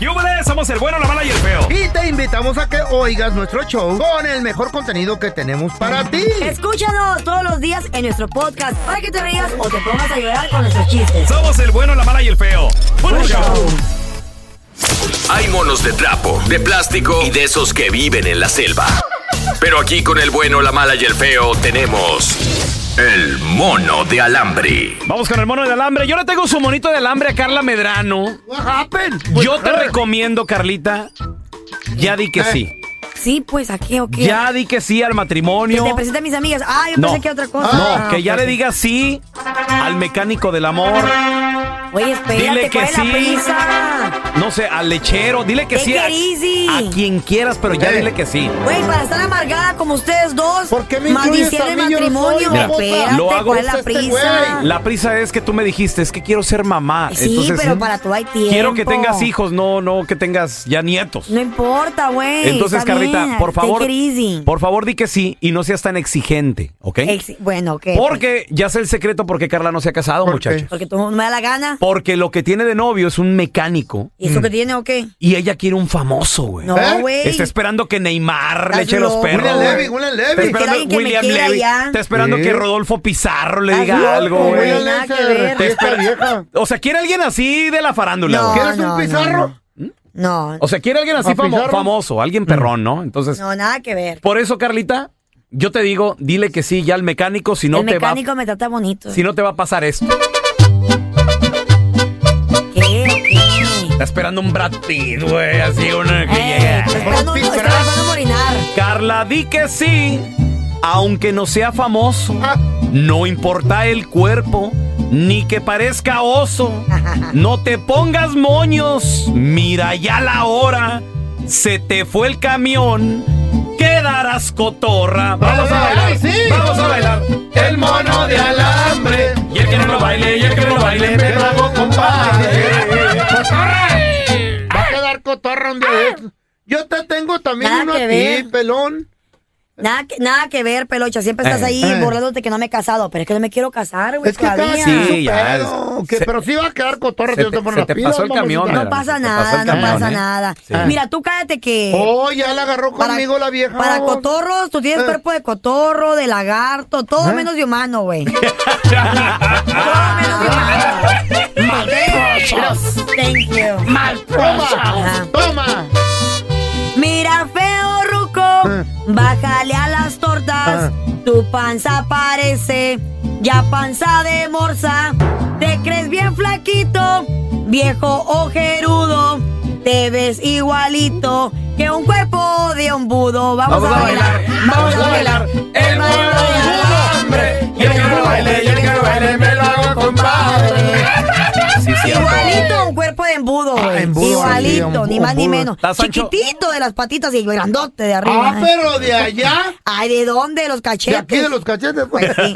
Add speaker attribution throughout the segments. Speaker 1: ¡Yúbales! Somos el bueno, la mala y el feo.
Speaker 2: Y te invitamos a que oigas nuestro show con el mejor contenido que tenemos para ti.
Speaker 3: Escúchanos todos los días en nuestro podcast para que te rías o te pongas a llorar con nuestros chistes.
Speaker 1: Somos Este, el bueno, la mala y el feo. ¡Puro
Speaker 3: Buen
Speaker 1: show!
Speaker 3: show.
Speaker 4: Hay monos de trapo, de plástico y de esos que viven en la selva. Pero aquí con el bueno, la mala y el feo tenemos el mono de alambre.
Speaker 1: Vamos con el mono de alambre. Yo le tengo su monito de alambre a Carla Medrano.
Speaker 2: What happened?
Speaker 3: Pues,
Speaker 1: Yo te recomiendo, Carlita. Ya di que sí.
Speaker 3: Sí, pues, ¿a qué o Eh, qué?
Speaker 1: Ya di que sí al
Speaker 3: Que
Speaker 1: matrimonio.
Speaker 3: te presente a mis amigas. Ah, yo
Speaker 1: No.
Speaker 3: pensé que otra cosa. Ah,
Speaker 1: No, que ya
Speaker 3: ok.
Speaker 1: le digas sí al mecánico del amor.
Speaker 3: Oye, espérate,
Speaker 1: Dile que
Speaker 3: ¿cuál es
Speaker 1: sí.
Speaker 3: la prisa?
Speaker 1: No sé, al lechero. Dile que
Speaker 3: Take
Speaker 1: sí
Speaker 3: it
Speaker 1: a,
Speaker 3: easy.
Speaker 1: a quien quieras, pero ya
Speaker 2: Eh.
Speaker 1: dile que sí.
Speaker 3: Güey, para estar amargada como ustedes dos.
Speaker 2: ¿Por qué me
Speaker 3: maldiciendo el
Speaker 2: incluyes a mí? Yo no
Speaker 3: matrimonio.
Speaker 2: soy babosa.
Speaker 3: espérate,
Speaker 1: Lo hago-
Speaker 3: ¿cuál es la
Speaker 2: Este güey.
Speaker 3: prisa?
Speaker 1: La prisa es que tú me dijiste, es que quiero ser mamá.
Speaker 3: Sí,
Speaker 1: Entonces,
Speaker 3: pero para tú hay tiempo.
Speaker 1: Quiero que tengas hijos, no, no que tengas ya nietos.
Speaker 3: No importa, güey.
Speaker 1: Entonces,
Speaker 3: está
Speaker 1: Carlita,
Speaker 3: bien.
Speaker 1: por favor,
Speaker 3: Take it easy.
Speaker 1: por favor, di que sí y no seas tan exigente, ¿ok?
Speaker 3: Ex- eh, pues. bueno, ¿qué?
Speaker 1: Porque ya sé el secreto porque Carla no se ha casado,
Speaker 2: ¿Por
Speaker 1: muchachos.
Speaker 3: Porque tú no me da la gana.
Speaker 1: Porque lo que tiene de novio es un mecánico
Speaker 3: ¿Y
Speaker 2: Mm.
Speaker 3: eso que tiene o qué?
Speaker 1: y ella quiere un famoso, güey.
Speaker 3: No,
Speaker 2: ¿Eh?
Speaker 3: güey.
Speaker 1: Está esperando que Neymar
Speaker 3: Estás
Speaker 1: le eche los
Speaker 3: loco.
Speaker 1: perros.
Speaker 2: William
Speaker 1: güey.
Speaker 2: Levy, William Levy.
Speaker 1: Está
Speaker 2: Que
Speaker 1: esperando
Speaker 3: alguien que me
Speaker 1: William
Speaker 3: quiera
Speaker 1: Levy.
Speaker 3: ya.
Speaker 1: Está esperando
Speaker 2: Sí.
Speaker 1: que Rodolfo Pizarro le
Speaker 3: Estás
Speaker 1: diga
Speaker 3: loco,
Speaker 1: algo,
Speaker 2: Como
Speaker 3: güey.
Speaker 1: güey.
Speaker 2: ella le
Speaker 3: Nada
Speaker 2: dice,
Speaker 3: que ver.
Speaker 2: "Ríe esta vieja.
Speaker 1: O sea, quiere alguien así de la farándula,
Speaker 3: No,
Speaker 1: güey.
Speaker 2: ¿Quieres un
Speaker 3: no,
Speaker 2: pizarro?
Speaker 3: Ah, No,
Speaker 1: O sea, quiere alguien así
Speaker 2: ¿A
Speaker 1: famo-
Speaker 2: Pizarro? Mm.
Speaker 1: famoso, alguien perrón, ¿no? Entonces,
Speaker 3: no, nada que ver.
Speaker 1: por eso, Carlita, yo te digo, dile que sí ya al mecánico, si no
Speaker 3: el
Speaker 1: te va
Speaker 3: mecánico me trata bonito.
Speaker 1: si no te va a pasar esto.
Speaker 3: ¿Qué? ¿Qué?
Speaker 1: Está esperando un Brad Pitt, güey, así una que
Speaker 3: Eh,
Speaker 1: llega.
Speaker 3: estoy esperando, estoy esperando morinar.
Speaker 1: Carla, di que sí, aunque no sea famoso.
Speaker 2: Ah,
Speaker 1: No importa el cuerpo, ni que parezca oso. No te pongas moños, mira ya la hora. Se te fue el camión, quedarás cotorra. Vamos a
Speaker 2: Ay,
Speaker 1: bailar,
Speaker 2: sí.
Speaker 1: vamos a bailar. El mono de alambre. Y el que no lo baile, y el que no lo baile, me lo hago compadre.
Speaker 2: Va a quedar cotorra un día de estos. Yo te tengo también
Speaker 3: Nada
Speaker 2: uno a
Speaker 3: que
Speaker 2: ti,
Speaker 3: ver.
Speaker 2: pelón.
Speaker 3: Nada que, nada que ver, pelocha. Siempre estás
Speaker 1: Eh,
Speaker 3: ahí
Speaker 2: eh.
Speaker 3: borrándote que no me he casado. Pero es que no me quiero casar, güey.
Speaker 2: Es que cada
Speaker 3: todavía.
Speaker 2: quien
Speaker 1: Sí,
Speaker 2: su
Speaker 1: ya
Speaker 2: pedo,
Speaker 1: es-
Speaker 2: que-
Speaker 1: se-
Speaker 2: pero sí va a quedar cotorra si
Speaker 1: se
Speaker 2: no
Speaker 1: te-
Speaker 2: te pones
Speaker 1: se
Speaker 2: las
Speaker 1: te
Speaker 2: pilas,
Speaker 1: pasó el
Speaker 2: mamacita.
Speaker 1: camión,
Speaker 3: No
Speaker 1: mira.
Speaker 3: pasa
Speaker 1: Se
Speaker 3: nada,
Speaker 1: pasó el
Speaker 3: no
Speaker 1: camión,
Speaker 3: pasa
Speaker 1: eh.
Speaker 3: nada.
Speaker 1: Sí.
Speaker 3: Mira, tú cállate que.
Speaker 2: Oh, ya la agarró conmigo la vieja.
Speaker 3: Para
Speaker 2: vos.
Speaker 3: cotorros, tú tienes
Speaker 2: Eh.
Speaker 3: cuerpo de cotorro, de lagarto, todo menos de humano, güey. todo menos de humano. Malditos. Thank you. Ajá.
Speaker 2: Toma, toma.
Speaker 3: Mira, feo
Speaker 2: Eh.
Speaker 3: ruco, bájale a las tortas. Tu panza parece ya panza de morsa. Te crees bien flaquito, viejo ojerudo. Te ves igualito que un cuerpo de ombudo. Vamos, a, bailar, vamos a bailar. El mono de hambre. Y el que no baile, y el que no baile, me lo hago compadre. Igualito a un cuerpo de embudo, güey.
Speaker 2: Ah, embudo,
Speaker 3: Igualito,
Speaker 2: sí,
Speaker 3: ni
Speaker 2: embudo.
Speaker 3: más ni menos.
Speaker 1: Está Sancho.
Speaker 3: Chiquitito de las patitas y grandote de arriba.
Speaker 2: Ah, pero de allá,
Speaker 3: Ay, ¿de dónde? Los
Speaker 2: de
Speaker 3: cachetes.
Speaker 2: aquí de los cachetes,
Speaker 3: Pues
Speaker 2: pues.
Speaker 3: sí.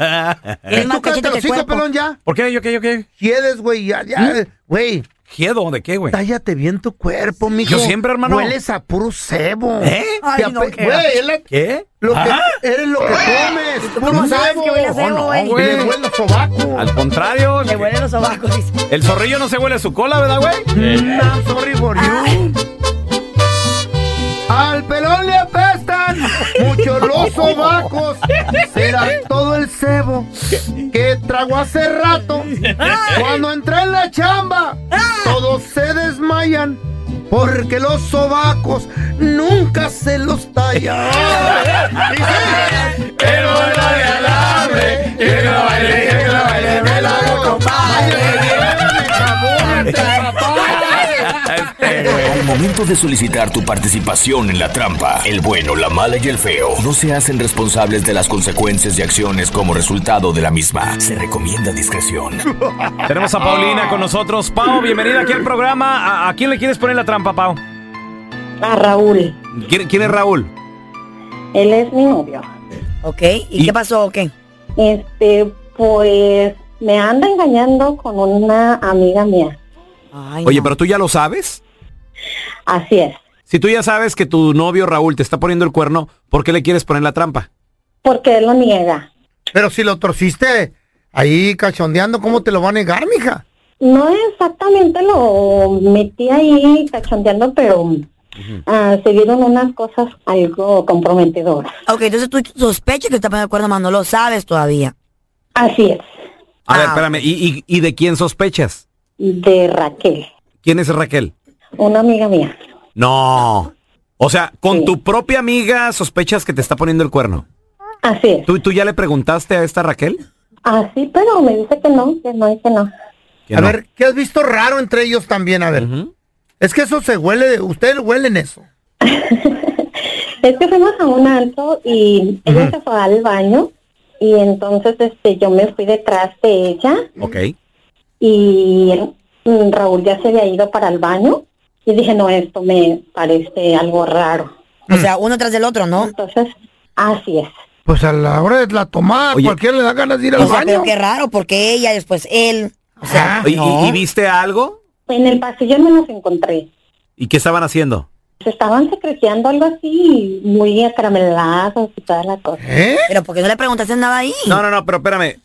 Speaker 3: Es
Speaker 2: Tú
Speaker 3: más
Speaker 2: cállate
Speaker 3: cachete
Speaker 2: los
Speaker 3: que
Speaker 2: hijos,
Speaker 3: cuerpo.
Speaker 2: pelón, ya.
Speaker 1: ¿Por qué? ¿Yo qué? ¿Yo qué?
Speaker 2: Quieres, güey, ya, ya, güey.
Speaker 1: ¿Giedo? ¿Mm? ¿De qué, güey?
Speaker 2: Tállate bien tu cuerpo, mijo.
Speaker 1: Yo siempre, hermano.
Speaker 2: Hueles a puro cebo.
Speaker 1: ¿Eh?
Speaker 3: Ay,
Speaker 2: Te
Speaker 3: no,
Speaker 2: ape-
Speaker 3: qué
Speaker 2: Güey, es la-
Speaker 1: ¿Qué?
Speaker 2: lo que,
Speaker 1: ¿Ah?
Speaker 2: eres lo que comes.
Speaker 3: ¿Cómo
Speaker 2: puro
Speaker 3: sabes
Speaker 2: cebo.
Speaker 3: que huele a
Speaker 1: Oh, no,
Speaker 3: cebo, güey?
Speaker 1: güey.
Speaker 2: Le huele a sobaco.
Speaker 1: Al contrario,
Speaker 3: Le huelen los sobacos, dice.
Speaker 1: el zorrillo no se huele su cola, ¿verdad, güey?
Speaker 2: I'm sorry for you. Al pelón le apestan muchos los sobacos. Será todo el cebo que trago hace rato. Cuando entré en la chamba, todos se desmayan. Porque los sobacos nunca se los tallan.
Speaker 1: El bueno de alambre, y que lo baile, y que lo baile, me lo hago, compadre. Este, güey.
Speaker 4: Al momento de solicitar tu participación en la trampa, el bueno, la mala y el feo no se hacen responsables de las consecuencias y acciones como resultado de la misma. Se recomienda discreción.
Speaker 1: Tenemos a Paulina con nosotros. Pau, bienvenida aquí al programa. ¿A, a quién le quieres poner la trampa, Pau?
Speaker 5: A Raúl,
Speaker 1: ¿Quién, quién es Raúl?
Speaker 5: él es mi novio.
Speaker 3: Ok, ¿y, qué pasó o qué?
Speaker 5: Este, pues me anda engañando con una amiga mía.
Speaker 3: Ay,
Speaker 1: Oye,
Speaker 3: no.
Speaker 1: pero tú ya lo sabes.
Speaker 5: Así es.
Speaker 1: Si tú ya sabes que tu novio Raúl te está poniendo el cuerno, ¿por qué le quieres poner la trampa?
Speaker 5: Porque él lo niega.
Speaker 2: Pero si lo torciste ahí cachondeando, ¿cómo te lo va a negar, mija?
Speaker 5: No exactamente lo metí ahí cachondeando, pero ah, se vieron unas cosas algo comprometedoras.
Speaker 3: Ok, entonces tú sospechas que está poniendo el cuerno, más no lo sabes todavía.
Speaker 5: Así es.
Speaker 1: A ver,
Speaker 3: Ah.
Speaker 1: espérame. ¿Y, y, y de quién sospechas?
Speaker 5: De Raquel,
Speaker 1: ¿Quién es Raquel?
Speaker 5: una amiga mía.
Speaker 1: No. O sea, con
Speaker 5: Sí.
Speaker 1: tu propia amiga sospechas que te está poniendo el cuerno.
Speaker 5: Así es.
Speaker 1: ¿Tú, tú ya le preguntaste a esta Raquel?
Speaker 5: Así, pero me dice que no, que no y que no.
Speaker 1: Que
Speaker 2: a
Speaker 1: no.
Speaker 2: ver, ¿qué has visto raro entre ellos también? A ver.
Speaker 1: Ujú.
Speaker 2: Es que eso se huele, ustedes huelen eso.
Speaker 5: Es que fuimos a un alto y ella se fue al baño y entonces este yo me fui detrás de ella
Speaker 1: Ok.
Speaker 5: y mm, Raúl ya se había ido para el baño y dije no esto me parece algo raro
Speaker 3: O sea,
Speaker 5: Mm.
Speaker 3: uno tras del otro, ¿no?
Speaker 5: entonces así es
Speaker 2: Pues a la hora de la tomada,
Speaker 1: Oye.
Speaker 2: cualquiera le da ganas de ir al
Speaker 3: O sea,
Speaker 2: baño.
Speaker 3: pero qué raro, porque ella, después él. O sea,
Speaker 2: Ah,
Speaker 1: ¿Y, y-
Speaker 3: no.
Speaker 1: y viste algo?
Speaker 5: en el pasillo me los encontré
Speaker 1: ¿Y qué estaban haciendo?
Speaker 5: se estaban secreciando algo así muy acarameladas y toda la cosa
Speaker 2: ¿Eh?
Speaker 3: Pero ¿por qué no le preguntaste nada ahí?
Speaker 1: No, no, no, pero espérame.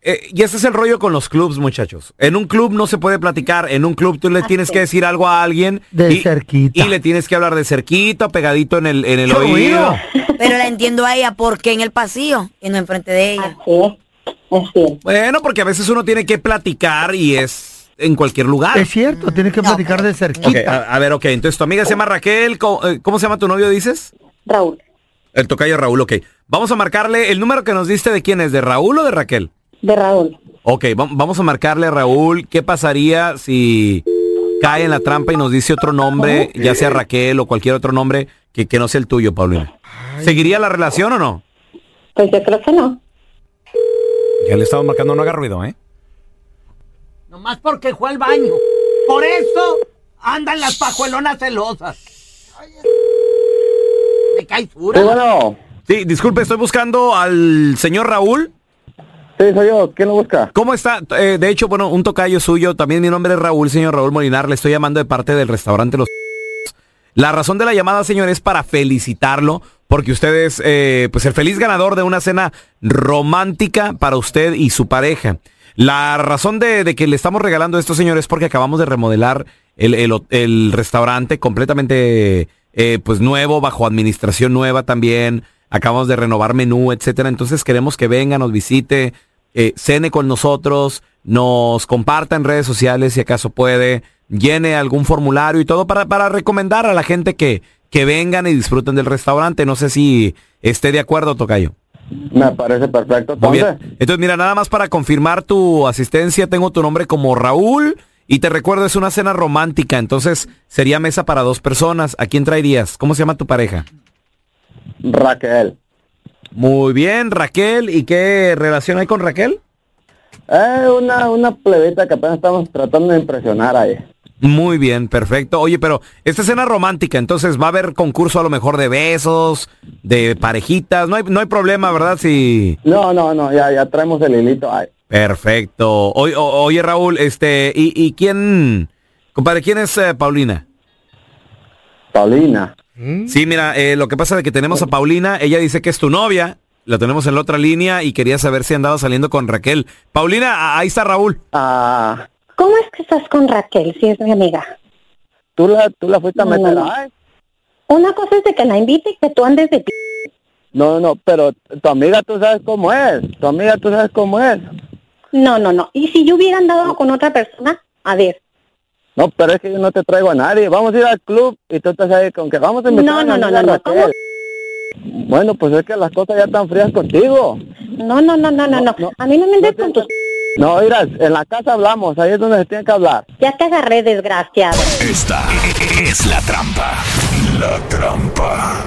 Speaker 1: Eh, y ese es el rollo con los clubs, muchachos. En un club no se puede platicar. En un club tú
Speaker 5: Ah,
Speaker 1: le tienes que decir algo a alguien.
Speaker 2: De
Speaker 1: y,
Speaker 2: cerquita.
Speaker 1: Y le tienes que hablar de cerquita, pegadito en el, en el
Speaker 2: ¡Qué
Speaker 1: oído.
Speaker 2: oído!
Speaker 3: Pero la entiendo a ella, ¿por qué en el pasillo y no enfrente de ella?
Speaker 5: así es así es
Speaker 1: Bueno, porque a veces uno tiene que platicar y es en cualquier lugar.
Speaker 2: Es cierto, tienes que
Speaker 3: No. pues,
Speaker 2: platicar de cerquita.
Speaker 1: Ok, a, a ver, ok. Entonces tu amiga se llama Raquel. ¿Cómo, eh, cómo se llama tu novio, dices?
Speaker 5: Raúl
Speaker 1: El tocayo Raúl, ok. Vamos a marcarle el número que nos diste de quién es, de Raúl o de Raquel.
Speaker 5: de Raúl
Speaker 1: Ok, va- vamos a marcarle a Raúl. ¿Qué pasaría si cae en la trampa y nos dice otro nombre, ya sea Raquel o cualquier otro nombre que, que no sea el tuyo, Paulina? ¿Seguiría la relación o no?
Speaker 5: pues yo creo que no
Speaker 1: Ya le estamos marcando, no haga ruido, ¿eh?
Speaker 6: Nomás porque fue al baño. Por eso andan las pajuelonas celosas. Me cae dura.
Speaker 7: Pues bueno,
Speaker 1: Sí, disculpe, estoy buscando al señor Raúl.
Speaker 7: sí, soy yo. ¿Quién lo busca?
Speaker 1: ¿Cómo está? Eh, de hecho, bueno, un tocayo suyo, también mi nombre es Raúl, señor Raúl Molinar, le estoy llamando de parte del restaurante Los... La razón de la llamada, señor, es para felicitarlo, porque usted es, eh, pues, el feliz ganador de una cena romántica para usted y su pareja. La razón de, de que le estamos regalando esto, señor, es porque acabamos de remodelar el, el hot- el restaurante completamente, eh, pues, nuevo, bajo administración nueva también. Acabamos de renovar menú, etcétera. Entonces queremos que venga, nos visite, eh, cene con nosotros, nos comparta en redes sociales si acaso puede, llene algún formulario y todo para, para recomendar a la gente que, que vengan y disfruten del restaurante. No sé si esté de acuerdo, Tocayo.
Speaker 7: Me parece perfecto.
Speaker 1: Muy
Speaker 7: Entonces,
Speaker 1: bien. Entonces, mira, nada más para confirmar tu asistencia, tengo tu nombre como Raúl y te recuerdo, es una cena romántica, entonces sería mesa para dos personas. ¿A quién traerías? ¿Cómo se llama tu pareja?
Speaker 7: Raquel.
Speaker 1: Muy bien, Raquel. ¿Y qué relación hay con Raquel?
Speaker 7: Eh, una, una plebita que apenas estamos tratando de impresionar ahí.
Speaker 1: Muy bien, perfecto. Oye, pero esta escena romántica, entonces va a haber concurso a lo mejor de besos, de parejitas, no hay, no hay problema, ¿verdad? Sí.
Speaker 7: No, no, no, ya, ya traemos el hilito ahí.
Speaker 1: Perfecto. Oye, o- oye Raúl, este, ¿y, y quién, Compadre, ¿quién es eh, Paulina?
Speaker 7: Paulina.
Speaker 1: Sí, mira, eh, lo que pasa es que tenemos a Paulina, ella dice que es tu novia, la tenemos en la otra línea y quería saber si andaba saliendo con Raquel. Paulina, a- ahí está Raúl.
Speaker 7: Ah,
Speaker 5: ¿Cómo es que estás con Raquel si es mi amiga?
Speaker 7: tú la, tú la fuiste a
Speaker 5: No, no,
Speaker 7: meter.
Speaker 5: no.
Speaker 7: Ay,
Speaker 5: Una cosa es de que la invite y que tú andes de p-
Speaker 7: No, no, no, pero tu amiga tú sabes cómo es. Tu amiga tú sabes cómo es.
Speaker 5: No, no, no. Y si yo hubiera andado con otra persona, a ver.
Speaker 7: No, pero es que yo no te traigo a nadie. Vamos a ir al club y tú estás ahí con que vamos a invitar
Speaker 5: No,
Speaker 7: a
Speaker 5: no,
Speaker 7: mi
Speaker 5: no,
Speaker 7: amiga
Speaker 5: no, no.
Speaker 7: Raquel. Bueno, pues es que las cosas ya están frías contigo.
Speaker 5: No, no, no, no, no, no. A mí no me andes con tus...
Speaker 7: No, mira, en la casa hablamos, ahí es donde se tiene que hablar.
Speaker 5: Ya te agarré, desgraciado.
Speaker 8: Esta e, es la trampa. La trampa.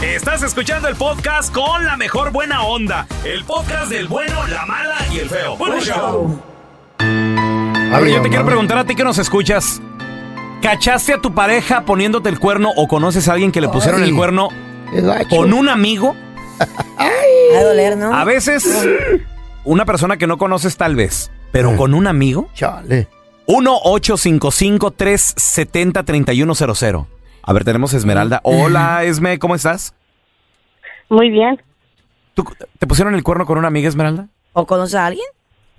Speaker 1: Estás escuchando el podcast con la mejor buena onda. El podcast del bueno, la mala y el feo. Bueno, show.
Speaker 2: Ay,
Speaker 1: yo te
Speaker 2: mamá.
Speaker 1: quiero preguntar a ti que nos escuchas. ¿Cachaste a tu pareja poniéndote el cuerno o conoces a alguien que le pusieron
Speaker 2: Ay,
Speaker 1: el cuerno con un amigo?
Speaker 3: A doler, ¿no?
Speaker 1: A veces, una persona que no conoces tal vez, pero con un amigo.
Speaker 2: Eh. Chale.
Speaker 1: 1-855-370-3100. A ver, tenemos a Esmeralda.
Speaker 2: Mm.
Speaker 1: Hola, Esme, ¿cómo estás?
Speaker 5: Muy bien.
Speaker 1: ¿Te pusieron el cuerno con una amiga, Esmeralda?
Speaker 3: ¿O conoces a alguien?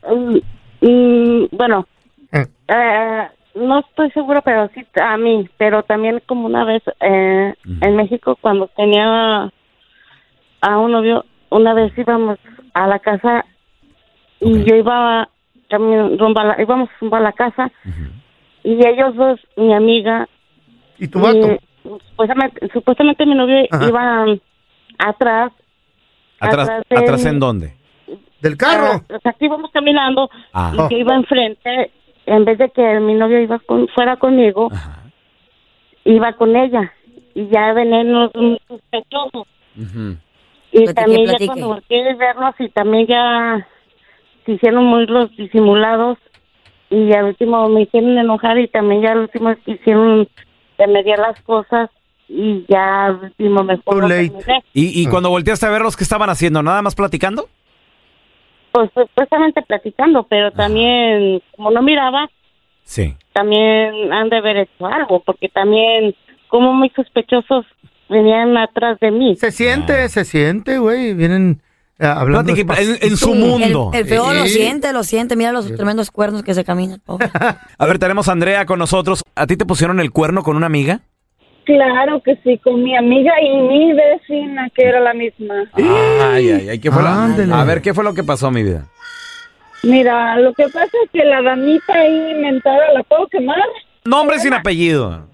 Speaker 5: Mm, mm, bueno,
Speaker 2: Mm.
Speaker 5: eh, no estoy segura, pero sí a mí, pero también como una vez eh, en México cuando tenía a un novio, una vez íbamos a la casa y yo iba también rumbo a la, íbamos rumbo a la casa y ellos dos, mi amiga
Speaker 2: ¿Y tu vato?
Speaker 5: supuestamente, supuestamente mi novio
Speaker 2: Ajá.
Speaker 5: iban atrás
Speaker 1: ¿Atrás,
Speaker 5: Atrás en-
Speaker 1: ¿atrás en dónde?
Speaker 2: ¿Del carro?
Speaker 5: Ah, o sea, que íbamos caminando
Speaker 1: Ah.
Speaker 5: y que iba enfrente, en vez de que mi novio iba con- fuera conmigo, iba con ella. Y ya venimos muy sospechosos. Y
Speaker 3: Platique,
Speaker 5: también
Speaker 3: platique.
Speaker 5: ya cuando volteé a vernos y también ya se hicieron muy los disimulados. Y al último me hicieron enojar y también ya al último hicieron remediar las cosas. Y ya al último me
Speaker 2: Too late.
Speaker 1: ¿Y, y cuando volteaste a ver los que estaban haciendo, nada más platicando?
Speaker 5: Pues supuestamente platicando, pero también como no miraba,
Speaker 1: Sí.
Speaker 5: también han de haber hecho algo, porque también como muy sospechosos venían atrás de mí.
Speaker 2: Se siente, se siente, güey. Vienen eh, hablando.
Speaker 1: Platique, en- en
Speaker 2: despacito.
Speaker 1: su mundo.
Speaker 3: El, el feo lo
Speaker 2: Sí.
Speaker 3: siente, lo siente. Mira los tremendos cuernos que se caminan. pobre.
Speaker 1: A ver, tenemos a Andrea con nosotros. ¿A ti te pusieron el cuerno con una amiga?
Speaker 9: Claro que sí, con mi amiga y mi vecina, que era la misma.
Speaker 1: Ay, ay, ay, ¿qué fue la-
Speaker 2: Ándale.
Speaker 1: A ver, ¿qué fue lo que pasó, mi vida?
Speaker 9: Mira, lo que pasa es que la damita ahí mentada la puedo quemar.
Speaker 1: Nombre sin apellido.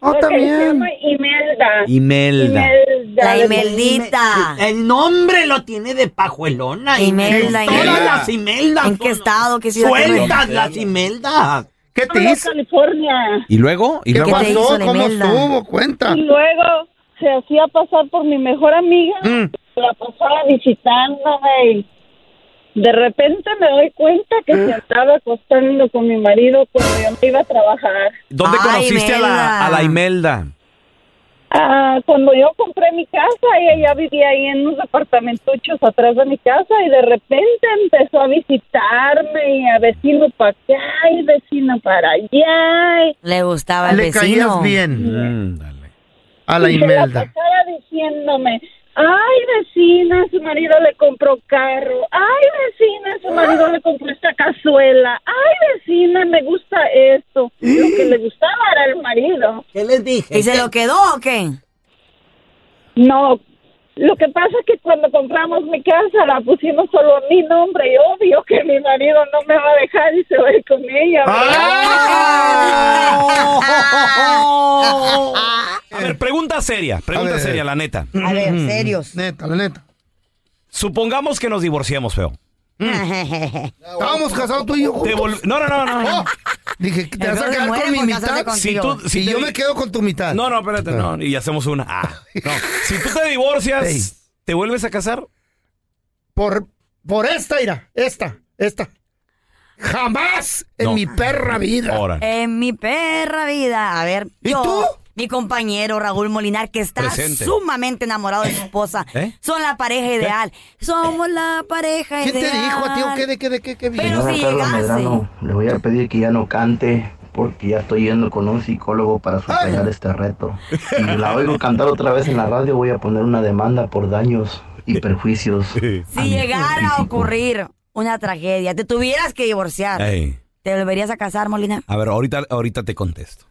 Speaker 2: Oh,
Speaker 9: Ok, Se
Speaker 2: también.
Speaker 9: llama Imelda.
Speaker 1: Imelda.
Speaker 3: La
Speaker 9: de-
Speaker 3: Imeldita.
Speaker 6: El nombre lo tiene de pajuelona.
Speaker 3: Imelda,
Speaker 6: Todas
Speaker 3: Imelda.
Speaker 6: las Imeldas.
Speaker 3: ¿En qué
Speaker 6: son-
Speaker 3: estado? ¿Qué ciudad?
Speaker 6: Sueltas las Imeldas.
Speaker 2: Ah, ¿Qué te
Speaker 9: Pueblo,
Speaker 2: hizo?
Speaker 9: California.
Speaker 1: Ah. ¿Y luego? ¿Y
Speaker 2: ¿Qué
Speaker 1: luego?
Speaker 3: te hizo
Speaker 2: pasó?
Speaker 3: la
Speaker 2: ¿Cómo
Speaker 3: Imelda?
Speaker 2: estuvo? Cuenta.
Speaker 9: Y luego se hacía pasar por mi mejor amiga,
Speaker 2: Mm.
Speaker 9: la pasaba visitándome y de repente me doy cuenta que
Speaker 3: Mm.
Speaker 9: se andaba acostando con mi marido cuando yo me iba a trabajar.
Speaker 1: ¿Dónde
Speaker 3: Ay,
Speaker 1: conociste a la,
Speaker 3: Imelda.
Speaker 1: a la Imelda?
Speaker 9: Ah, cuando yo compré mi casa, ella ya vivía ahí en unos departamentuchos atrás de mi casa y de repente empezó a visitarme y a vecino para acá y vecino para allá. y-
Speaker 3: Le gustaba el
Speaker 2: Ah, Le
Speaker 3: vecino.
Speaker 2: caías bien. A la
Speaker 9: y se la
Speaker 2: Imelda.
Speaker 9: pasaba diciéndome, ay vecina, su marido le compró carro, ay vecina, su marido le compró esta cazuela, ay vecina, me gusta esto. Lo que le gustaba era el marido.
Speaker 6: ¿Qué les dije?
Speaker 3: ¿Y se lo quedó o qué?
Speaker 9: No, lo que pasa es que cuando compramos mi casa la pusimos solo a mi nombre y obvio que mi marido no me va a dejar y se va a ir con ella.
Speaker 2: ¡Ah!
Speaker 1: A ver, pregunta seria, pregunta seria, la neta.
Speaker 2: A
Speaker 3: ver, serios.
Speaker 2: Mm. Neta, la neta.
Speaker 1: Supongamos que nos divorciamos, feo.
Speaker 2: Mm. Estábamos casados tú y yo.
Speaker 1: Te vol-
Speaker 2: juntos.
Speaker 1: no, no, no, no, no.
Speaker 2: Oh, dije, ¿te
Speaker 1: El
Speaker 2: vas a
Speaker 1: feo se
Speaker 2: quedar
Speaker 1: muere
Speaker 2: con mi
Speaker 1: por casarse
Speaker 2: mitad?
Speaker 1: contigo. Si tú- si
Speaker 2: y
Speaker 1: te
Speaker 2: yo
Speaker 1: vi-
Speaker 2: me quedo con tu mitad.
Speaker 1: No, no, espérate, no. Y hacemos una. Ah, no. Si tú te divorcias,
Speaker 2: Ey.
Speaker 1: ¿te vuelves a casar?
Speaker 2: Por, por esta, ira, esta, esta. Jamás en
Speaker 1: No.
Speaker 2: mi perra vida.
Speaker 3: En mi perra vida. A ver, yo, mi compañero Raúl Molinar, que está
Speaker 2: Presente.
Speaker 3: sumamente enamorado de su esposa.
Speaker 2: ¿Eh?
Speaker 3: Son la pareja ideal. Somos la pareja
Speaker 2: ¿Quién
Speaker 3: ideal.
Speaker 2: te dijo a ti o qué, de qué, de qué, qué bien?
Speaker 3: Pero si llegase.
Speaker 10: le voy a pedir que ya no cante porque ya estoy yendo con un psicólogo para superar este reto. Si la oigo cantar otra vez en la radio, voy a poner una demanda por daños y perjuicios. Ah.
Speaker 3: Si llegara a ocurrir una tragedia, te tuvieras que divorciar.
Speaker 2: Eh.
Speaker 1: Ey.
Speaker 3: ¿Te volverías a casar, Molina?
Speaker 1: A ver, ahorita, ahorita te contesto.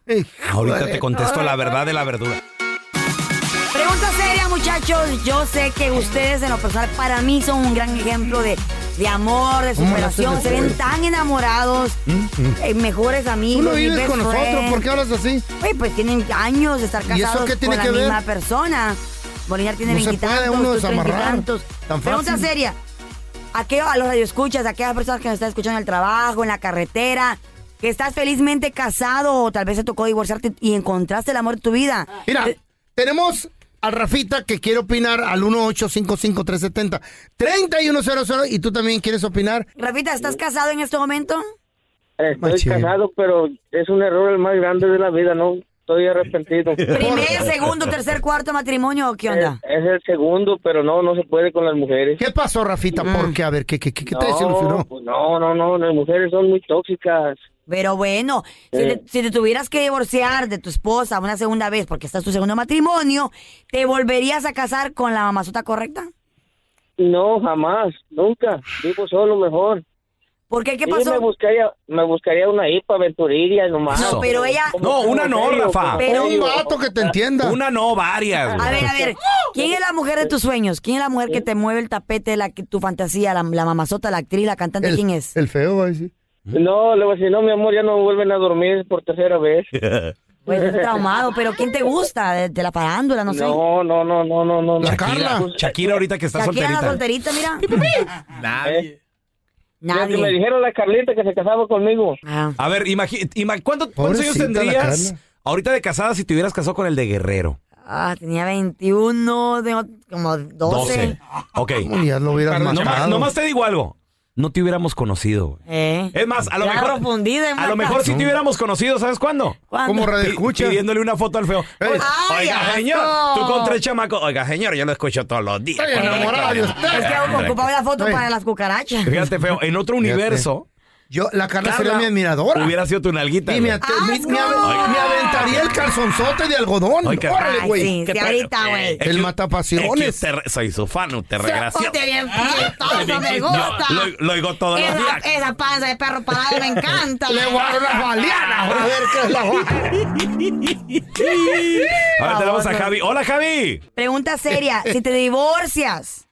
Speaker 1: Ahorita te contesto la verdad de la verdura.
Speaker 3: Pregunta seria, muchachos. Yo sé que ustedes, en lo personal, para mí son un gran ejemplo de, de amor, de
Speaker 2: ¿Cómo no
Speaker 3: superación.
Speaker 2: se
Speaker 3: Se
Speaker 2: me
Speaker 3: ven
Speaker 2: fue?
Speaker 3: tan enamorados,
Speaker 2: Mm,
Speaker 3: eh, mejores
Speaker 2: Tú
Speaker 3: amigos.
Speaker 2: no
Speaker 3: mi
Speaker 2: vives
Speaker 3: best
Speaker 2: con nosotros,
Speaker 3: friend.
Speaker 2: ¿por qué hablas así?
Speaker 3: Oye, pues tienen años de estar
Speaker 2: ¿Y eso
Speaker 3: casados
Speaker 2: qué tiene
Speaker 3: con
Speaker 2: que
Speaker 3: la
Speaker 2: ver?
Speaker 3: misma persona. Molinar tiene
Speaker 2: No se
Speaker 3: veintitantos,
Speaker 2: puede uno
Speaker 3: tú treinta y
Speaker 2: desamarrar
Speaker 3: tantos.
Speaker 2: tan
Speaker 3: Pregunta
Speaker 2: fácil.
Speaker 3: seria. ¿A, qué, a los radioescuchas, a aquellas personas que nos están escuchando en el trabajo, en la carretera, que estás felizmente casado o tal vez te tocó divorciarte y encontraste el amor de tu vida.
Speaker 2: Mira, tenemos al Rafita que quiere opinar al 1855370 3100 y tú también quieres opinar.
Speaker 3: Rafita, ¿estás casado en este momento?
Speaker 11: Estoy
Speaker 2: Machín.
Speaker 11: casado, pero es un error el más grande de la vida, ¿no? Estoy arrepentido.
Speaker 3: ¿Primer, segundo, tercer, cuarto matrimonio o qué onda?
Speaker 11: Es el segundo, pero no, no se puede con las mujeres.
Speaker 2: ¿Qué pasó, Rafita?
Speaker 3: Mm.
Speaker 2: ¿Por qué? A ver, ¿qué, qué, qué, qué te
Speaker 11: no,
Speaker 2: desilusionó?
Speaker 11: pues no, no, no, las mujeres son muy tóxicas.
Speaker 3: Pero bueno, si,
Speaker 11: Eh.
Speaker 3: te, si te tuvieras que divorciar de tu esposa una segunda vez porque estás tu segundo matrimonio, ¿te volverías a casar con la mamazota correcta?
Speaker 11: No, jamás, nunca. Vivo solo mejor.
Speaker 3: ¿Por qué? ¿Qué
Speaker 11: Sí,
Speaker 3: pasó?
Speaker 11: me buscaría, me buscaría una hipa aventurilla nomás.
Speaker 3: No, pero ella-
Speaker 1: No, una no, Rafa.
Speaker 3: Un
Speaker 2: vato que te entienda.
Speaker 1: Una no, varias.
Speaker 3: A ver, a ver, ¿quién es la mujer de tus sueños? ¿Quién es la mujer que te mueve el tapete, la que- tu fantasía, la, la mamazota, la actriz, la cantante? ¿Quién es?
Speaker 2: El feo va a decir.
Speaker 11: No, le voy a decir, no, mi amor, ya no vuelven a dormir por tercera vez.
Speaker 3: Pues estás traumado, pero ¿quién te gusta? De, de la farándula, no sé.
Speaker 11: No, no, no, no, no, no.
Speaker 1: Shakira, Shakira ahorita que está
Speaker 3: Shakira la
Speaker 1: solterita.
Speaker 3: solterita, mira.
Speaker 1: Nadie.
Speaker 11: ¿Eh? Ya que me dijeron la Carlita que se casaba conmigo.
Speaker 1: A ver, imagi- ima- ¿cuánto- ¿cuántos años
Speaker 11: Pobrecita la
Speaker 1: tendrías
Speaker 11: Carla.
Speaker 1: ahorita de casada si te hubieras casado con el de Guerrero?
Speaker 3: Ah, tenía 21, tengo como 12.
Speaker 1: 12. Ok.
Speaker 2: Ya lo hubieras
Speaker 1: Nomás-
Speaker 2: matado.
Speaker 1: nomás te digo algo. No te hubiéramos conocido, güey.
Speaker 3: ¿Eh?
Speaker 1: Es más, a lo
Speaker 3: Ya
Speaker 1: mejor.
Speaker 3: confundida,
Speaker 1: A lo
Speaker 3: Marta.
Speaker 1: mejor si te hubiéramos conocido, ¿sabes cuándo?
Speaker 3: ¿Cuándo? Como
Speaker 1: Pi-
Speaker 3: radioescucha.
Speaker 1: Pidiéndole una foto al feo.
Speaker 3: Ah,
Speaker 1: Oiga,
Speaker 3: asco!
Speaker 1: señor, tú con tres chamacos. Oiga, señor, yo lo escucho todos los días.
Speaker 3: Estoy enamorado
Speaker 2: de
Speaker 3: Es que ocupaba la foto para las cucarachas.
Speaker 1: Fíjate, feo, en otro universo.
Speaker 2: Yo, la Carla sería mi admiradora.
Speaker 1: Hubiera sido tu nalguita.
Speaker 2: Y me,
Speaker 1: güey. Ah,
Speaker 2: ate- mi- me ave- me aventaría el calzonzote de algodón.
Speaker 1: Ay, qué- Eh,
Speaker 2: Órale,
Speaker 1: Ay,
Speaker 2: güey.
Speaker 1: sí, sí, ahorita, güey. Es
Speaker 2: El
Speaker 1: que-
Speaker 2: matapasiones.
Speaker 1: Es que usted- soy su fan, usted regració.
Speaker 3: Ponte bien fiesta, me
Speaker 1: Ah, Yo
Speaker 3: gusta.
Speaker 1: lo- lo oigo todos los
Speaker 3: Esa,
Speaker 1: días.
Speaker 3: esa panza de perro parado me encanta.
Speaker 2: Le voy a dar unas baleanas, a ver qué es la
Speaker 1: Ahora tenemos a
Speaker 3: Vamos,
Speaker 1: Javi. Hola, Javi.
Speaker 3: Pregunta seria, si te divorcias,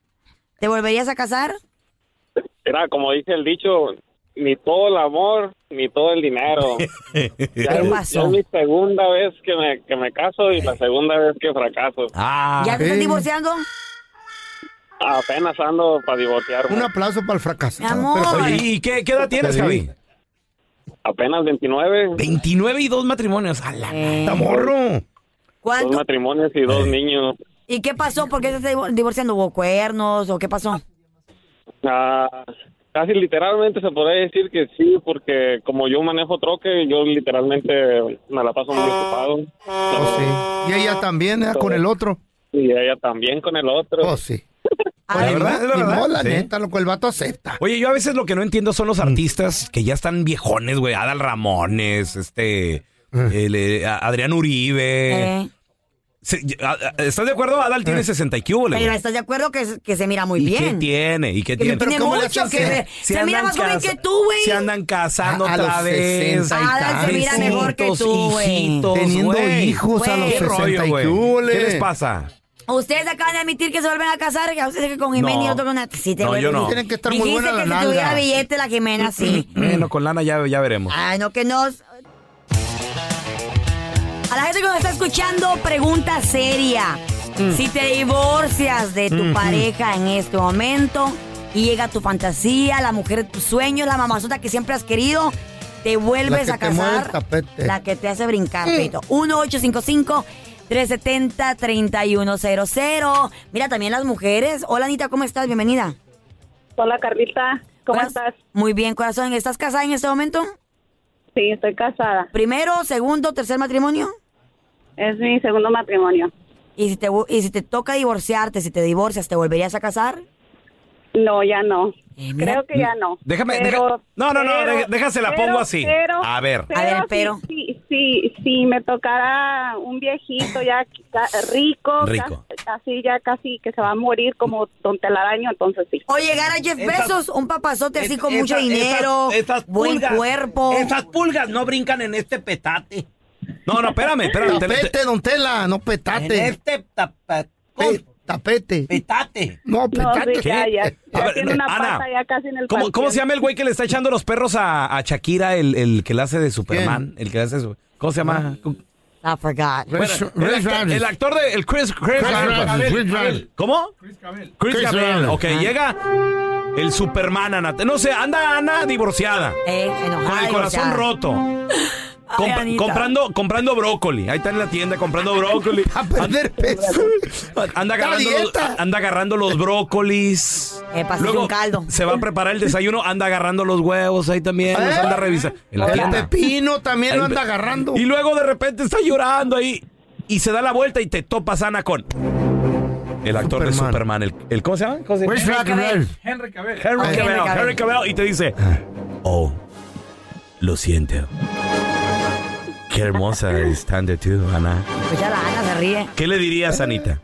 Speaker 3: ¿te volverías a casar?
Speaker 12: Era como dice el dicho, ni todo el amor, ni todo el dinero. Ya es- ya es mi segunda vez que me, que me caso y la segunda vez que fracaso.
Speaker 1: Ah,
Speaker 3: ¿Ya te estás divorciando?
Speaker 12: Apenas ando para
Speaker 1: eh.
Speaker 12: divorciarme.
Speaker 2: Un aplauso para el fracaso.
Speaker 3: Mi amor.
Speaker 1: ¿Y qué, qué edad tienes, Javi?
Speaker 12: Apenas 29.
Speaker 1: 29 y dos matrimonios. ¡A la nata, morro! Eh.
Speaker 12: Dos
Speaker 3: Eh. ¿Cuánto?
Speaker 12: matrimonios y dos niños.
Speaker 1: Ah,
Speaker 3: ¿Y qué pasó? ¿Por qué te estás divor- divorciando? ¿Hubo cuernos o qué pasó?
Speaker 12: Ah, Casi literalmente se podría decir que sí, porque como yo manejo troque, yo literalmente me la paso muy ocupado.
Speaker 2: Oh, Y ella también, ¿eh? con el otro.
Speaker 12: Y ella también con el otro.
Speaker 2: Oh, sí.
Speaker 1: La verdad, la
Speaker 2: Ni
Speaker 1: verdad.
Speaker 2: modo, la
Speaker 1: Sí.
Speaker 2: neta, loco, el vato acepta.
Speaker 1: Oye, yo a veces lo que no entiendo son los artistas que ya están viejones, güey. Adal Ramones, este. el, eh, a- Adrián Uribe.
Speaker 3: Eh.
Speaker 1: Se- a- a- ¿Estás de acuerdo? Adal tiene 60 y cubo,
Speaker 3: Pero estás de acuerdo que, que se mira muy
Speaker 1: pues ¿Y qué
Speaker 3: bien.
Speaker 1: tiene? ¿Y qué
Speaker 3: Que
Speaker 1: tiene?
Speaker 3: tiene
Speaker 1: ¿Pero cómo le
Speaker 3: mucho
Speaker 1: hacen?
Speaker 3: que ver. Se mira
Speaker 1: andan
Speaker 3: más joven
Speaker 1: casa-
Speaker 3: que tú, güey.
Speaker 1: Se andan casando
Speaker 3: A- a
Speaker 1: otra
Speaker 3: los
Speaker 1: vez.
Speaker 3: 60 y Adal se mira mejor que
Speaker 1: Hijitos,
Speaker 3: tú, güey.
Speaker 1: hijitos,
Speaker 2: Teniendo
Speaker 1: güey.
Speaker 2: hijos a
Speaker 1: Güey.
Speaker 2: los
Speaker 1: ¿Qué rollo,
Speaker 2: 60 y
Speaker 1: güey?
Speaker 2: qué hule?
Speaker 1: ¿Qué les pasa?
Speaker 3: Ustedes acaban de admitir que se vuelven a casar, que a ustedes que con Jimena
Speaker 1: No.
Speaker 3: y otro con Sí, te
Speaker 1: No,
Speaker 3: vuelven-
Speaker 1: yo no.
Speaker 2: Tienen que estar muy
Speaker 3: Dijiste
Speaker 2: buena la
Speaker 3: que si tuviera
Speaker 2: nalga.
Speaker 3: billete la Jimena, Ah, sí.
Speaker 1: Bueno, con lana ya, ya veremos.
Speaker 3: Ay, no que no. A la gente que nos está escuchando, pregunta seria.
Speaker 13: Mm.
Speaker 3: Si te divorcias de tu
Speaker 13: Mm, mm.
Speaker 3: pareja en este momento y llega tu fantasía, la mujer de tus sueños, la mamazota que siempre has querido, te vuelves
Speaker 2: La
Speaker 3: a
Speaker 2: que te mueve el
Speaker 3: casar.
Speaker 2: tapete.
Speaker 3: La que te hace brincar,
Speaker 2: Mm.
Speaker 3: Feito. 1-855-370-3100. Mira, también las mujeres. Hola, Anita, ¿cómo estás? Bienvenida.
Speaker 13: Hola, Carlita. ¿Cómo
Speaker 3: estás? Muy bien, corazón. ¿Estás casada en este momento?
Speaker 13: Sí, estoy casada.
Speaker 3: ¿Primero, segundo, tercer matrimonio?
Speaker 13: Es mi segundo matrimonio.
Speaker 3: ¿Y si te, vu- y si te toca divorciarte, si te divorcias, te volverías a casar? Eh,
Speaker 13: No, ya no. Creo que ya no.
Speaker 1: Déjame,
Speaker 13: Pero-
Speaker 1: deja- no, no, no,
Speaker 13: pero-
Speaker 1: deja- déjase la
Speaker 13: pero-
Speaker 1: pongo así.
Speaker 13: pero-
Speaker 1: A ver.
Speaker 13: pero Si, si, si me tocara un viejito ya ca- rico,
Speaker 1: Rico.
Speaker 13: ca- así ya casi que se va a morir como Don Telaraño, entonces sí.
Speaker 3: O llegar a Jeff Bezos, un papazote así con mucho dinero, buen cuerpo.
Speaker 6: Esas pulgas no brincan en este petate.
Speaker 1: No, no, espérame, espérame. te-
Speaker 2: Tapete, don Tela, no petate.
Speaker 6: En este tapa-
Speaker 2: Pe- tapete.
Speaker 6: Petate.
Speaker 2: No, petate.
Speaker 1: sí, ya, ya. A ver, Ana,
Speaker 13: ya casi en el
Speaker 1: ¿Cómo, cómo
Speaker 13: panteón.
Speaker 1: se llama el güey que le está echando los perros a, a Shakira, el, el que la hace de Superman? El que la hace de su- ¿Cómo se llama?
Speaker 3: I forgot.
Speaker 1: Bueno, el, actor, el actor de el Chris, Chris,
Speaker 2: Chris
Speaker 1: Hemsworth.
Speaker 2: Hemsworth,
Speaker 1: A ver,
Speaker 2: Chris
Speaker 1: a ver,
Speaker 2: Hemsworth.
Speaker 1: ¿Cómo? Chris Cabel. Chris
Speaker 2: Chris
Speaker 1: Cabel.
Speaker 2: Cabel.
Speaker 1: Ok,
Speaker 2: Ah.
Speaker 1: llega el Superman, Ana. No sé, anda Ana divorciada.
Speaker 3: Eh, enojada,
Speaker 1: con el corazón
Speaker 3: divorciada.
Speaker 1: roto. Comp-
Speaker 3: Anita.
Speaker 1: comprando, comprando brócoli. Ahí está en la tienda comprando brócoli. A perder peso. Anda agarrando, los, anda agarrando los brócolis.
Speaker 3: Eh, pasas un caldo.
Speaker 1: Se va a preparar el desayuno, anda agarrando los huevos ahí también, los anda revisando. En la
Speaker 2: El
Speaker 1: tienda.
Speaker 2: pepino también lo
Speaker 1: El pe-
Speaker 2: anda agarrando.
Speaker 1: Y luego de repente está llorando ahí y se da la vuelta y te topas Ana con el actor de Superman, el, el- ¿cómo se llama? ¿Cómo se llama?
Speaker 2: Henry Cavill.
Speaker 1: Henry Cavill.
Speaker 2: Ah,
Speaker 1: Henry
Speaker 2: Henry
Speaker 1: Cavill.
Speaker 2: Cavill.
Speaker 1: Henry Cavill, y te dice, "Oh, lo siento. Qué hermosa están de tú, Ana."
Speaker 3: Pues ya la Ana se ríe.
Speaker 1: ¿Qué le dirías, Anita?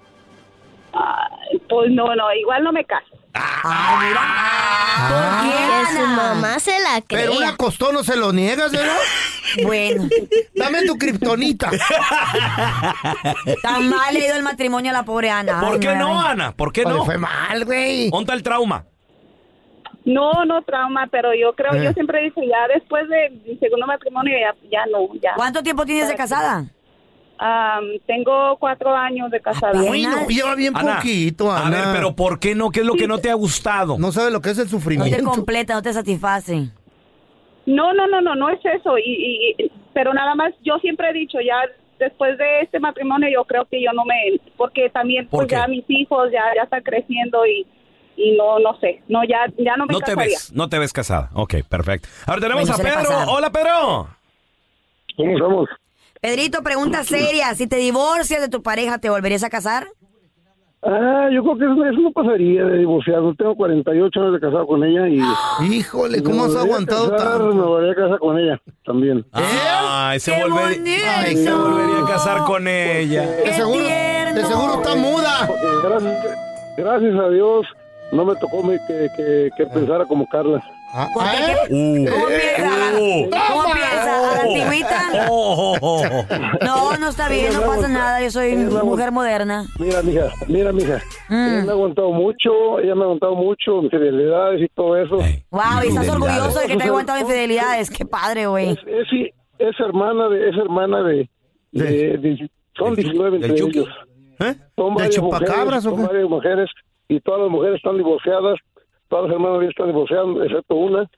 Speaker 13: Pues no, no, igual no me caso.
Speaker 1: Ah,
Speaker 3: Que su mamá
Speaker 13: se la
Speaker 2: Ah. Pero una costón no se lo niegas, ¿verdad?
Speaker 3: Bueno.
Speaker 2: Dame tu kriptonita.
Speaker 3: Tan mal le ha ido el matrimonio a la pobre Ana.
Speaker 1: ¿Por
Speaker 3: Ay,
Speaker 1: qué no,
Speaker 3: ay.
Speaker 1: Ana? ¿Por qué
Speaker 2: Oye,
Speaker 1: no?
Speaker 2: fue mal, güey.
Speaker 1: ¿Dónde está el trauma?
Speaker 13: No, no trauma, pero yo creo,
Speaker 1: Eh.
Speaker 13: yo siempre dije, ya después de mi segundo matrimonio, ya, ya no, ya.
Speaker 3: ¿Cuánto tiempo tienes de casada?
Speaker 13: Am, tengo cuatro años de casada.
Speaker 1: pues Ana, A ver, pero ¿por qué no? ¿Qué es lo que no te ha gustado?
Speaker 2: No sabe lo que es el
Speaker 3: No
Speaker 2: sufrimiento.
Speaker 3: te completa, no te satisface.
Speaker 13: No, no, no, no, no es eso. Y, y- y- pero nada más, yo siempre he dicho, ya después de este matrimonio, yo creo que yo no me, porque también
Speaker 1: ¿Por
Speaker 13: pues,
Speaker 1: qué?
Speaker 13: ya mis hijos ya, ya están creciendo y, y no, no sé, no, ya, ya no me
Speaker 1: No te
Speaker 13: casaría.
Speaker 1: ves, no te ves casada. Ok, perfecto. Ahora tenemos
Speaker 3: Bueno,
Speaker 1: a
Speaker 3: suele
Speaker 1: Pedro.
Speaker 3: pasar.
Speaker 1: Hola, Pedro. ¿Cómo estamos?
Speaker 3: Pedrito, pregunta seria. Si te divorcias de tu pareja, ¿te volverías a casar?
Speaker 11: Ah, yo creo que eso, eso no pasaría de divorciado. Tengo 48 años de casado con ella y...
Speaker 2: Híjole, ¿cómo has
Speaker 11: Me volvería a
Speaker 2: aguantado
Speaker 11: casar,
Speaker 2: tanto? Ah,
Speaker 11: Me volvería a casar con ella también.
Speaker 1: ¿Eh? Ay, se, volver- Ay, se
Speaker 11: bonito!
Speaker 1: volvería a casar con ella.
Speaker 2: De seguro, de seguro está muda.
Speaker 11: Porque Gracias, gracias a Dios no me tocó me- que, que-
Speaker 2: Ah.
Speaker 11: que pensara como Carla.
Speaker 2: Uh.
Speaker 3: ¿Cómo piensa?
Speaker 2: Toma.
Speaker 3: ¿Cómo
Speaker 1: Oh.
Speaker 3: piensa? ¿A la antigüita?
Speaker 2: Oh,
Speaker 3: No, no está bien, no pasa nada. Yo soy mujer moderna.
Speaker 11: Mira, mija, mira, mija.
Speaker 3: Mm.
Speaker 11: Ella me ha aguantado mucho, ella me ha aguantado mucho, infidelidades y todo eso.
Speaker 3: Wow, y estás orgulloso de que te haya aguantado infidelidades. Qué padre, güey.
Speaker 11: Es, hi- es hermana de, es hermana de, de- de- son 19 entre
Speaker 2: del Chucky? ¿Eh?
Speaker 11: ellos.
Speaker 2: ¿Del
Speaker 11: Son varias, mujeres,
Speaker 2: chupacabras o
Speaker 11: son
Speaker 2: qué?
Speaker 11: varias mujeres y todas las mujeres están divorciadas, todas las hermanas ya están divorciadas, excepto una.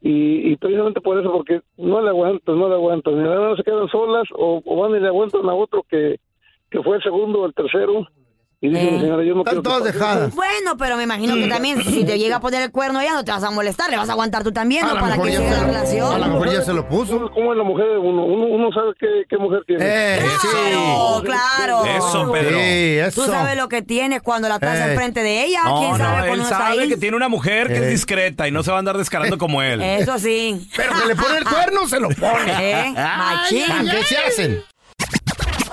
Speaker 11: Y, y precisamente por eso, porque no le aguantas, no le aguantas, ni las hermanas se quedan solas o, o van y le aguantan a otro que, que fue el segundo o el tercero Y dice la señora, yo no quiero que pase.
Speaker 3: Bueno, pero me imagino que también si te llega a poner el cuerno ella no te vas a molestar, le vas a aguantar tú también, ¿no? Para que siga la relación.
Speaker 11: A lo mejor ya se lo puso. ¿Cómo es la mujer de uno? Uno, uno sabe qué, qué mujer tiene.
Speaker 3: Claro, claro.
Speaker 1: Eso, Pedro.
Speaker 3: Tú sabes lo que tienes cuando la traes
Speaker 1: Eh.
Speaker 3: enfrente de ella. ¿Quién
Speaker 1: No,
Speaker 3: sabe
Speaker 1: no, él
Speaker 3: cuando está
Speaker 1: sabe
Speaker 3: ahí?
Speaker 1: que tiene una mujer
Speaker 2: Eh.
Speaker 1: que es discreta y no se va a andar descarando como él.
Speaker 3: Eso sí.
Speaker 1: Pero que le pone el cuerno, se lo pone.
Speaker 3: ¿Eh? Machín.
Speaker 1: ¿Qué se hacen?